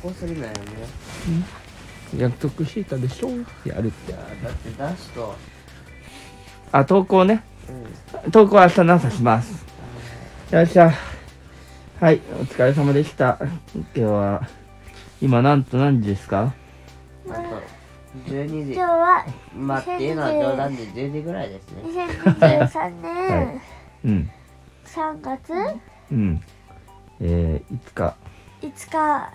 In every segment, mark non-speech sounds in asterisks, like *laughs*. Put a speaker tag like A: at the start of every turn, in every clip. A: こするなよね
B: 約束してたでしょやるって
A: いやだって出しと
B: あ投稿ね
A: うんあ
B: 投稿は明日の朝します
A: ー
B: よっしゃはいお疲れ様でした今日は今なんと何時ですか
A: あと12時
C: 今日は
A: まあっていうのは冗談で10時ぐらいですね
C: 2023
B: はい
C: 年
B: うん
C: 3月
B: うんえー、5日
C: 5日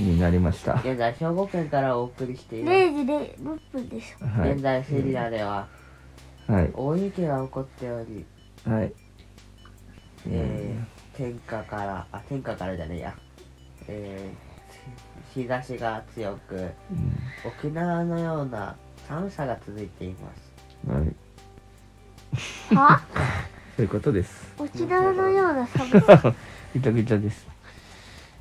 B: になりました
A: 現在兵庫県からお送りしています
C: 0時で6分です。
B: *laughs* は
A: 現
B: い
A: 在セリナでは
B: はい
A: 大雪が起こっており、
B: はい
A: えー、天下からあ天下からじゃねえや、えー、日差しが強く沖縄のような寒さが続いています
B: はい
C: は
B: そういうことです
C: 沖縄のよう
B: *laughs*
C: な寒さ。
B: ぐちゃぐちゃです。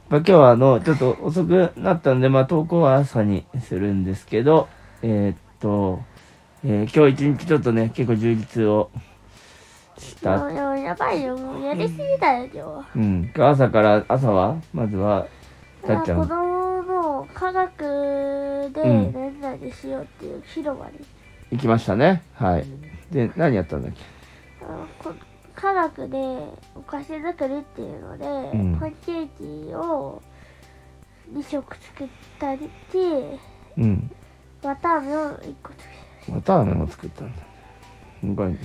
B: まあ、今日はあの、ちょっと遅くなったんで、まあ、投稿は朝にするんですけど、えーっと、えー今日一日ちょっとね、結構充実をした。
C: もうやばいよ。もうやりすぎだよ、
B: う
C: 今日。
B: ん。朝から、朝は、まずは、たっちゃ
C: 子
B: ん。
C: 供の科学で
B: うん
C: 何々しようっていう広場に、
B: 行きましたね。はい。で、何やったんだっけ
C: あのこ科学でお菓子作りっていうので、
B: うん
C: パンケーキを2色作ったりして
B: うん。
C: 綿あめを1個作る
B: また飴も作ったんだね。すごいね。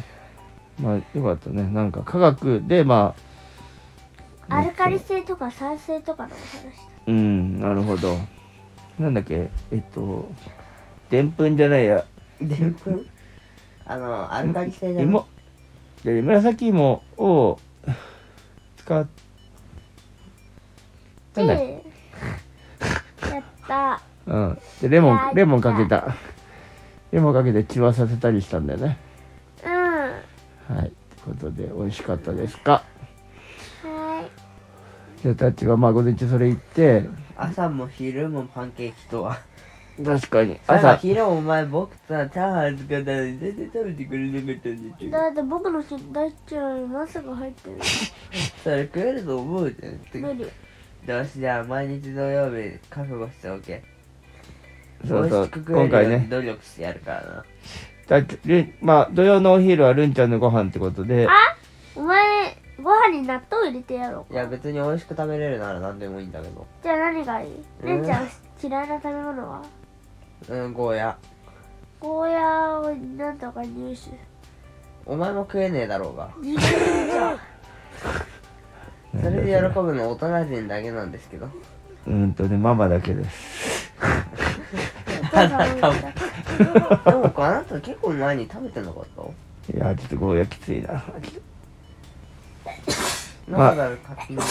B: まあ、よかったね。なんか、科学で、まあ、
C: アルカリ性とか酸性とかのお話だ
B: うん、なるほど。なんだっけ、えっと、でんぷんじゃないや、
A: でんぷんあのアルカリ性じゃな
B: 芋、で紫芋を *laughs* 使っなんだっ
C: でやった
B: うん、でレモ
C: やっ
B: ン、
C: た
B: レモンかけた。レモンかけて血はさせたりしたんだよね。
C: うんは
B: はい。ってことで、美味しかったですか。
C: ーい
B: じゃあ、たっちはまあ午前中それ行って、
A: 朝も昼もパンケーキとは
B: 確かに、
A: 朝
B: 朝、
A: 昼お前僕さチャーハン作ったのに全然食べてくれなかったんでしょ
C: だって僕の大腸にナスが入ってる
A: それ食えると思うじゃん
C: 無理
A: どうしじゃあ毎日土曜日覚悟しておけ
B: そう
A: 美
B: そ
A: 味
B: う
A: しく、食え
B: 今
A: る
B: 回
A: ように
B: ね、
A: 努力してやるからな
B: たっちルンまあ土曜のお昼はるんちゃんのご飯ってことで、
C: お前ご飯に納豆入れてやろう
A: い
C: か
A: や別に美味しく食べれるなら何でもいいんだけど
C: じゃあ何がいい
A: うん
C: レンちゃん嫌いな食べ物は
A: うんゴーヤ
C: ゴーヤーをなんとか入手
A: お前も食えねえだろうが
C: 苦手じゃん
A: それで喜ぶの大人人だけなんですけど
B: *laughs* うんとね、ママだけです。
C: お父さんも言ってた
A: でもあなた結構前に食べてなかった
B: いや、ちょっとゴーヤきついな。
A: なんだろう買ってみるな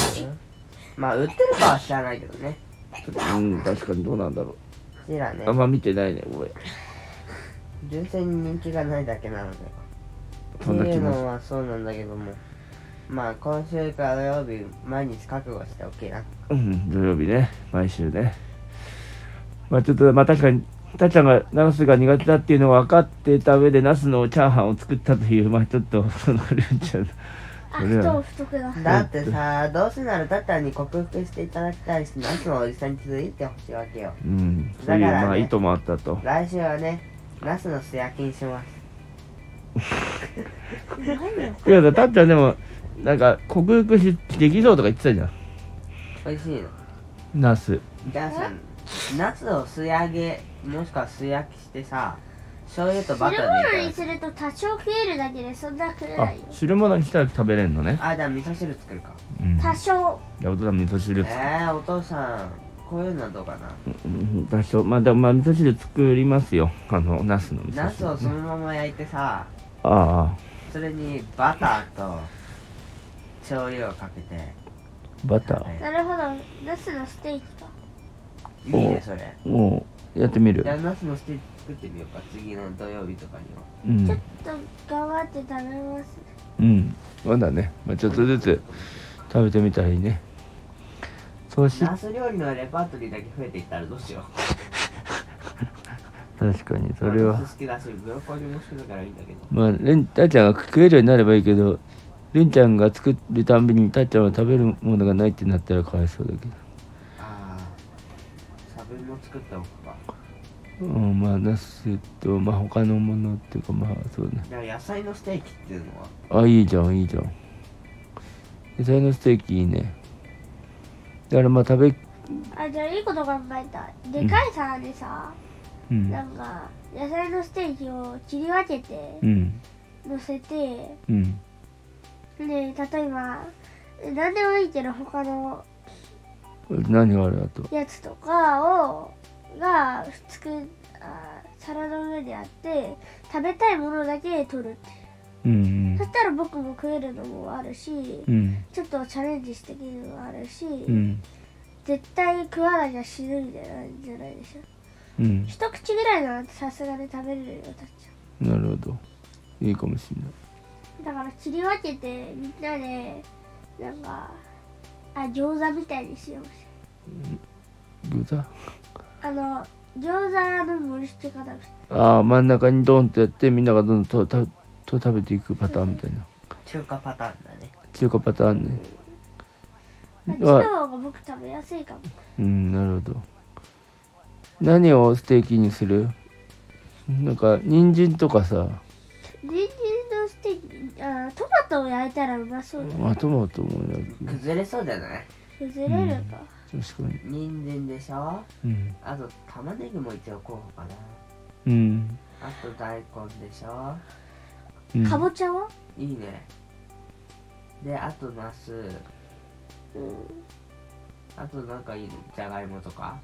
A: まあ売ってるかは知らないけどね
B: うん、確かにどうなんだろ
A: うちらね
B: う。あんま見てないね、ゴーヤ。
A: 純粋に人気がないだけなので
B: そんな
A: ってい
B: 気
A: う
B: も
A: のはそうなんだけどもまあ今週から土曜日毎日覚悟しておけな
B: うん、土曜日ね、毎週ね。まあちょっと、まあ確かに、たっちゃんがナスが苦手だっていうのを分かってた上で、ナスのチャーハンを作ったという、まあちょっと、その、ルンちゃんの。
C: あ太太くだ
A: だって
B: *laughs*
A: さどうせならたったに克服していただきたいしナスのおじさんに続いてほしいわけよ
B: うん、そういう、
A: だからね
B: まあ意図もあったと。
A: 来週はねナスの素焼きにします
B: いや、たっちゃんでも、なんか、克服しできそうとか言ってたじゃん。
A: 美味しいの
B: ナス。
A: じゃあさナスを素揚げもしくは素焼きしてさ醤油とバタ
C: 汁
A: ーで
C: 物
A: い
C: に
A: いか
C: すると多少食えるだけでそんな食えな
B: あ
C: いよ、
B: 汁物にしたら食べれんのね。
A: らあじゃあ味噌汁作るか
B: うん。
C: 多少
B: いや、お父さん味噌汁作
A: えー、お父さんこういうのはどうかな
B: うん多少まあでもまあ味噌汁作りますよあのナスの味噌
A: ナス
B: 汁
A: を
B: あ
A: そのまま焼いてさ
B: あ
A: それにバターと醤油をかけて
B: バター
C: なるほどナスのステーキか
A: いいねそれ
B: もうやってみる
A: じゃあナスのステーキ作ってみようか次の土曜日とかに
B: *laughs*
A: は
B: う
C: ちょっ
B: ん
C: と頑張って食べます
B: うんまだね、まあ、ちょっとずつ食べてみたらいいねそうし
A: ナス料理のレパートリーだけ増えていったらどうしよう
B: 確かにそれ
A: ナ
B: は
A: ス好きだしブロッコリーも好きだからいいんだけど
B: まあレンたっちゃんが食えるようになればいいけどレンちゃんが作るたんびにたっちゃんは食べるものがないってなったらかわいそうだけど
A: ああ作っておくか
B: うん、まあ、ナスと、まあ、他のものっていうか、まあ、そうね。
A: でも野菜のステーキっていうのは
B: あ、いいじゃん、いいじゃん。野菜のステーキいいね。だから、まあ、食べ、
C: あじゃあいいこと考えたでかい皿でさ、
B: うん。
C: なんか野菜のステーキを切り分けて
B: うん。
C: 乗せて
B: うん。
C: で例えば何でもいいけど他の
B: 何があるあと。
C: やつとかをがつくあ皿の上であって食べたいものだけ取るって
B: うん
C: そしたら僕も食えるのもあるし、
B: うん。うん。
C: ちょっとチャレンジしてみるのもあるし、
B: うん。
C: 絶対食わなきゃ死ぬみたいなんじゃないでしょ
B: うん。
C: 一口ぐらいならさすがに食べれるよたっちゃ
B: なるほど。いいかもしれない。
C: んだから切り分けてみんなでなんかあ餃子みたいにしよう
B: 餃子
C: あの餃子の盛り付け方みたい
B: ああ、真ん中にドンとやって、みんながどんどんとたと食べていくパターンみたいな。
A: 中華パターンだね
B: 中華パターンね。
C: あっち
B: うわ
C: の方が僕食べやすいかも
B: うん、なるほど。何をステーキにするなんか、人参とかさ、
C: 人参のステーキあトマトを焼いたらうまそうだ
B: まともと思うやつ。
A: 崩れそうじゃない
C: 崩れるか、
B: 確かに。
A: 人参でしょ
B: うん。
A: あと玉ねぎも一応候補かな
B: うん。
A: あと大根でしょ
B: うん、
C: かぼちゃはい
A: いねであとナス
C: う
A: あとなんかいいのじゃがいもとか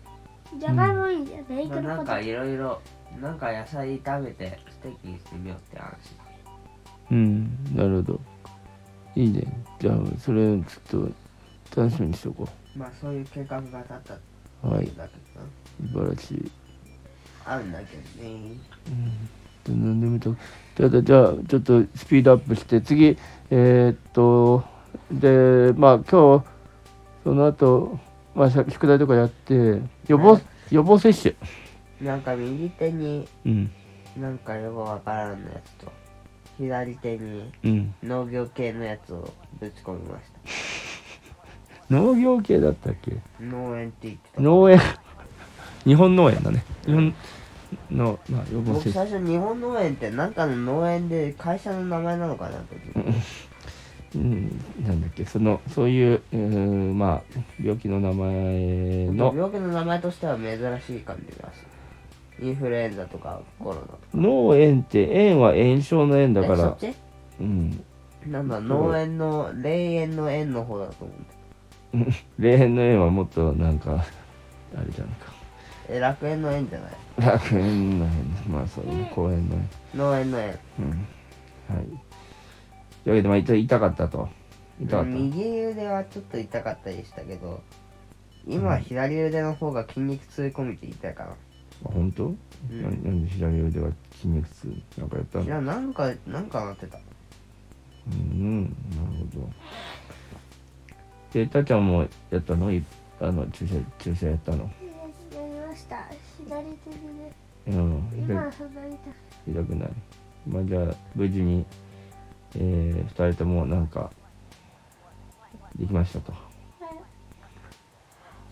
C: んじゃがいもいいじゃんベイ
A: な
C: クの
A: ん
C: ポ
A: か
C: テ
A: いろいろなんか野菜炒めてステーキにしてみようって話
B: うん、なるほど。いいね。じゃあ、それ、ちょっと、楽しみにしとこ
A: まあそういう計画が立ったっ
B: う。は
A: て
B: い
A: い。うだけどな
B: 素晴らしい。
A: あるんだけどね
B: 何でもいいとじゃあじゃあちょっとスピードアップして次えーっとでまあ今日その後、まあさ宿題とかやって予防、
A: はい
B: 予防接種
A: なんか右手に
B: うん
A: なんかよくわからんのやつと左手に
B: うん
A: 農業系のやつをぶち込みまし
B: 農業系だったっけ
A: た農園って言ってた
B: 農園日本農園だね日本の、まあ、予防
A: 僕
B: 接種
A: 最初日本農園ってなんかの農園で会社の名前なのかなと思って
B: うんなんだっけそのそういううーまあ病気の名前の
A: 病気の名前としては珍しい感じがするインフルエンザとかコロナとか
B: 農園って園は炎症の園だか
A: えそ
B: ら
A: っち
B: うん *laughs*
A: なんだ農園の霊園の園の方だと思うんだ
B: うん霊園の園はもっとなんかあれじゃんか
A: え楽園の園じゃない
B: 楽園の園まあそうね公園の園
A: 農園の園
B: うんはいというわけでまあ一応痛かったと痛かった
A: 右腕はちょっと痛かったりしたけど今は左腕の方が筋肉痛込みて痛いかな、
B: あ本当、
A: うん
B: ななんで左腕は筋肉痛なんかやった
A: い
B: の
A: やなんかなんかなってた
B: うんなるほどでたっちゃんもやったのいあの注射注射やったの
C: チやりました左手でね
B: うん痛
C: 今はそんなに痛く
B: く痛くないまあじゃあ無事にえー、二人ともなんかできましたと
C: ない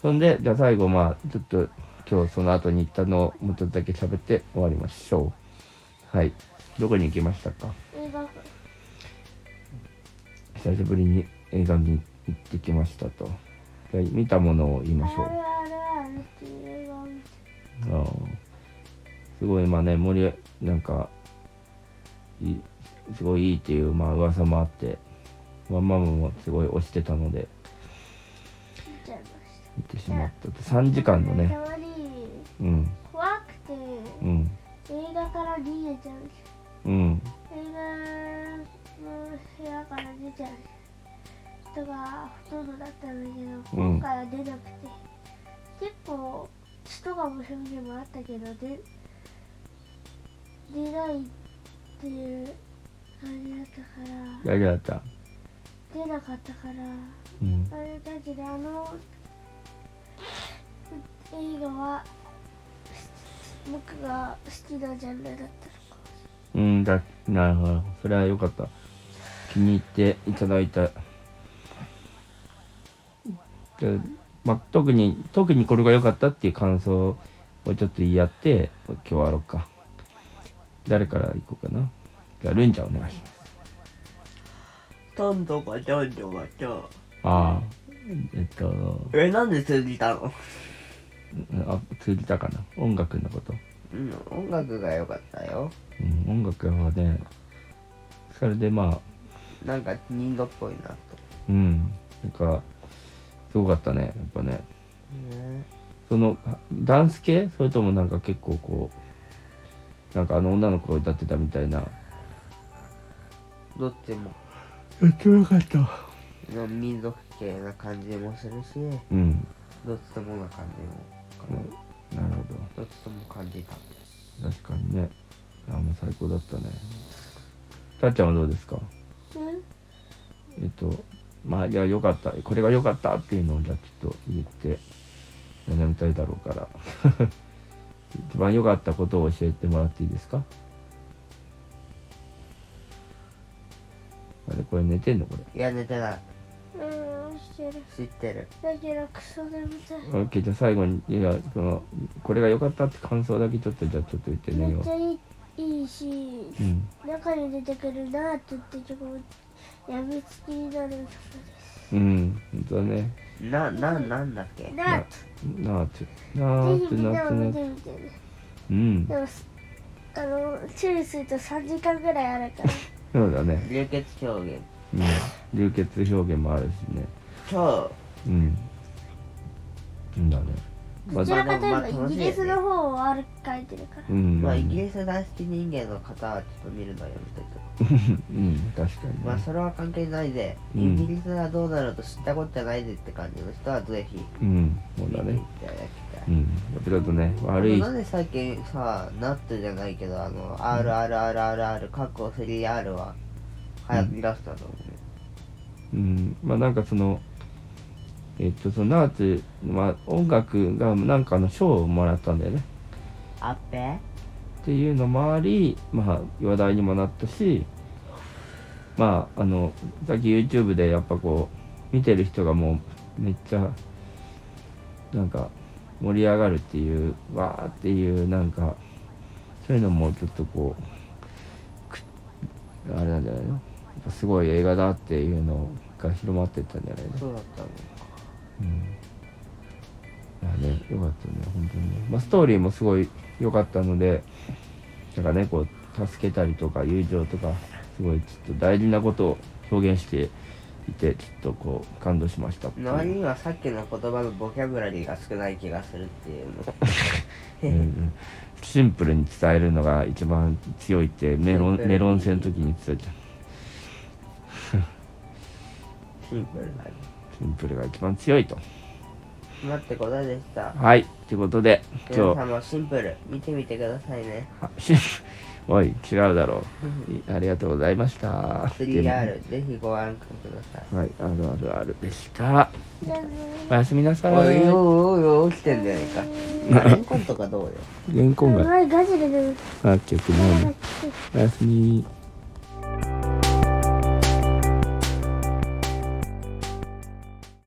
B: そんで、じゃあ最後、まあ、ちょっと今日その後に行ったのをもうちょっとだけ喋って終わりましょう。はい。どこに行きましたか
C: 映画
B: 久しぶりに映画に行ってきましたと。じゃあ見たものを言いましょう。
C: RRR っていう映画を見て
B: あーすごい、まあね、森、なんか、いすごいいいっていう、まあ噂もあって、まあママもすごい推してたので、
C: 見ちゃいまし
B: 行ってしまったと。3時間の
C: たた
B: ね、
C: まに
B: うん、
C: 怖くて
B: うん、
C: 映画から逃げちゃう
B: うん、
C: 映画の部屋から出ちゃう人がほとんどだったんだけど、
B: うん
C: 今回は出なくて結構血とかもそういうのもあったけど出出ないっていう感じだったか
B: 大丈夫だった。
C: ら出なかったから
B: うん、
C: あれだけどあの映画は僕が好きなジャンルだったのか
B: うんだなるほどそれは良かった気に入っていただいたで、まあ、特に特にこれが良かったっていう感想これちょっと言い合って今日終わろうか誰から行こうかなじゃあルンちゃんお願いします
A: どんどこどんどこど
B: ああえっと
A: えなんで通じたの
B: あ通じたかな音楽のこと、
A: うん音楽が良かったよ
B: うん、音楽はねそれでまあ
A: なんか人形っぽいなと
B: うんなんかすごかったねやっぱね
A: ね
B: そのダンス系それともなんか結構こうなんかあの女の子が歌ってたみたいな
A: どっちも
B: やってなかった
A: の民族系な感じもするし
B: うん
A: どっちともな感じもかな
B: なるほ
A: どっちとも感じた
B: ど確かにねあもう最高だったねたっちゃんはどうですか
C: うん
B: えっとまあいや良かったこれが良かったっていうのをじゃあちょっと言って悩みたいだろうから *laughs* 一番良かったことを教えてもらっていいですかあれこれ寝てんのこれ
A: いや寝てない
C: うんしてる
A: 知ってる
C: だけどクソ眠たい
B: オッケーじゃあ最後にいやそのこれが良かったって感想だけちょっとじゃあちょっと言って寝
C: め
B: よ
C: っちゃ
B: う
C: いいいいし
B: うん
C: 中に出てくるなーって言って曲もやみつきになる曲
B: うん本当だね
A: な、な、なんだっけ
C: ですなーっ
B: なあってなあ
C: て
B: っ
C: ぜひ
B: て
C: みん
B: な
C: な
B: あっ
C: も
B: てなあって
C: 見てみてね
B: うん
C: でもすあの注意すると3時間ぐらいあるから
B: そうだね、
A: 流血表現
B: うん、流血表現もあるしね
A: 超
B: うんうんだね
C: どちらかといえ
A: まあ
C: ば
A: でもまあ
C: イギリスの方を歩書いてるから
B: うん
A: まあイギリス大好き人間の方はちょっと見るのやめてく
B: うん確かにね、
A: まあそれは関係ないで、
B: うん
A: イギリスがどうなると知ったことじゃないでって感じの人はぜひ
B: うんそう
A: 見
B: だ
A: てい
B: ね
A: ただきたい。
B: うんやっぱちょっとね悪
A: あ
B: い
A: のなんで最近さ、ナットじゃないけど、あの、RRRRR、過去 3R は流行り出したと思
B: うんまあなんかそのえっとそのナーツ、まあ、音楽がなんかの賞をもらったんだよね
A: う。あっぺ
B: っていうのもあり、まあ、話題にもなったしまああのさっき YouTube でやっぱこう見てる人がもうめっちゃなんか盛り上がるっていうわーっていうなんかそういうのもちょっとこうくあれなんじゃないのやっぱすごい映画だっていうのが広まってったんじゃないの
A: そうだったの。
B: うんまあね、よかったね、本当にね。まあ、ストーリーもすごい良かったので、なんかね、こう、助けたりとか、友情とか、すごいちょっと大事なことを表現していて、ちょっとこう、感動しましたっていう
A: 周りにはさっきの言葉のボキャブラリーが少ない気がするっていうの。
B: うんうんシンプルに伝えるのが一番強いって、メロン、メロン戦の時に伝えた。
A: シンプルだね。
B: シンプルが一番強いと。
A: 待ってことでした。
B: はい、ということで、
A: 皆
B: 今日
A: さんもシンプル、見てみてくださいね。
B: あ、シン *laughs* おい、違うだろう。ありがとうございました。
A: 3R、ぜひご覧ください。
B: はい、あるあるあるでした。
C: じゃあね
B: おやすみなさ
A: おいおいお
B: い。
A: いおい起きてんじゃねえか。レンコンとかどうよ。
B: レンコ
C: お
B: ンが
C: 前ガチで眠
B: なっちゃって
C: た
B: ない。おやすみ。
C: お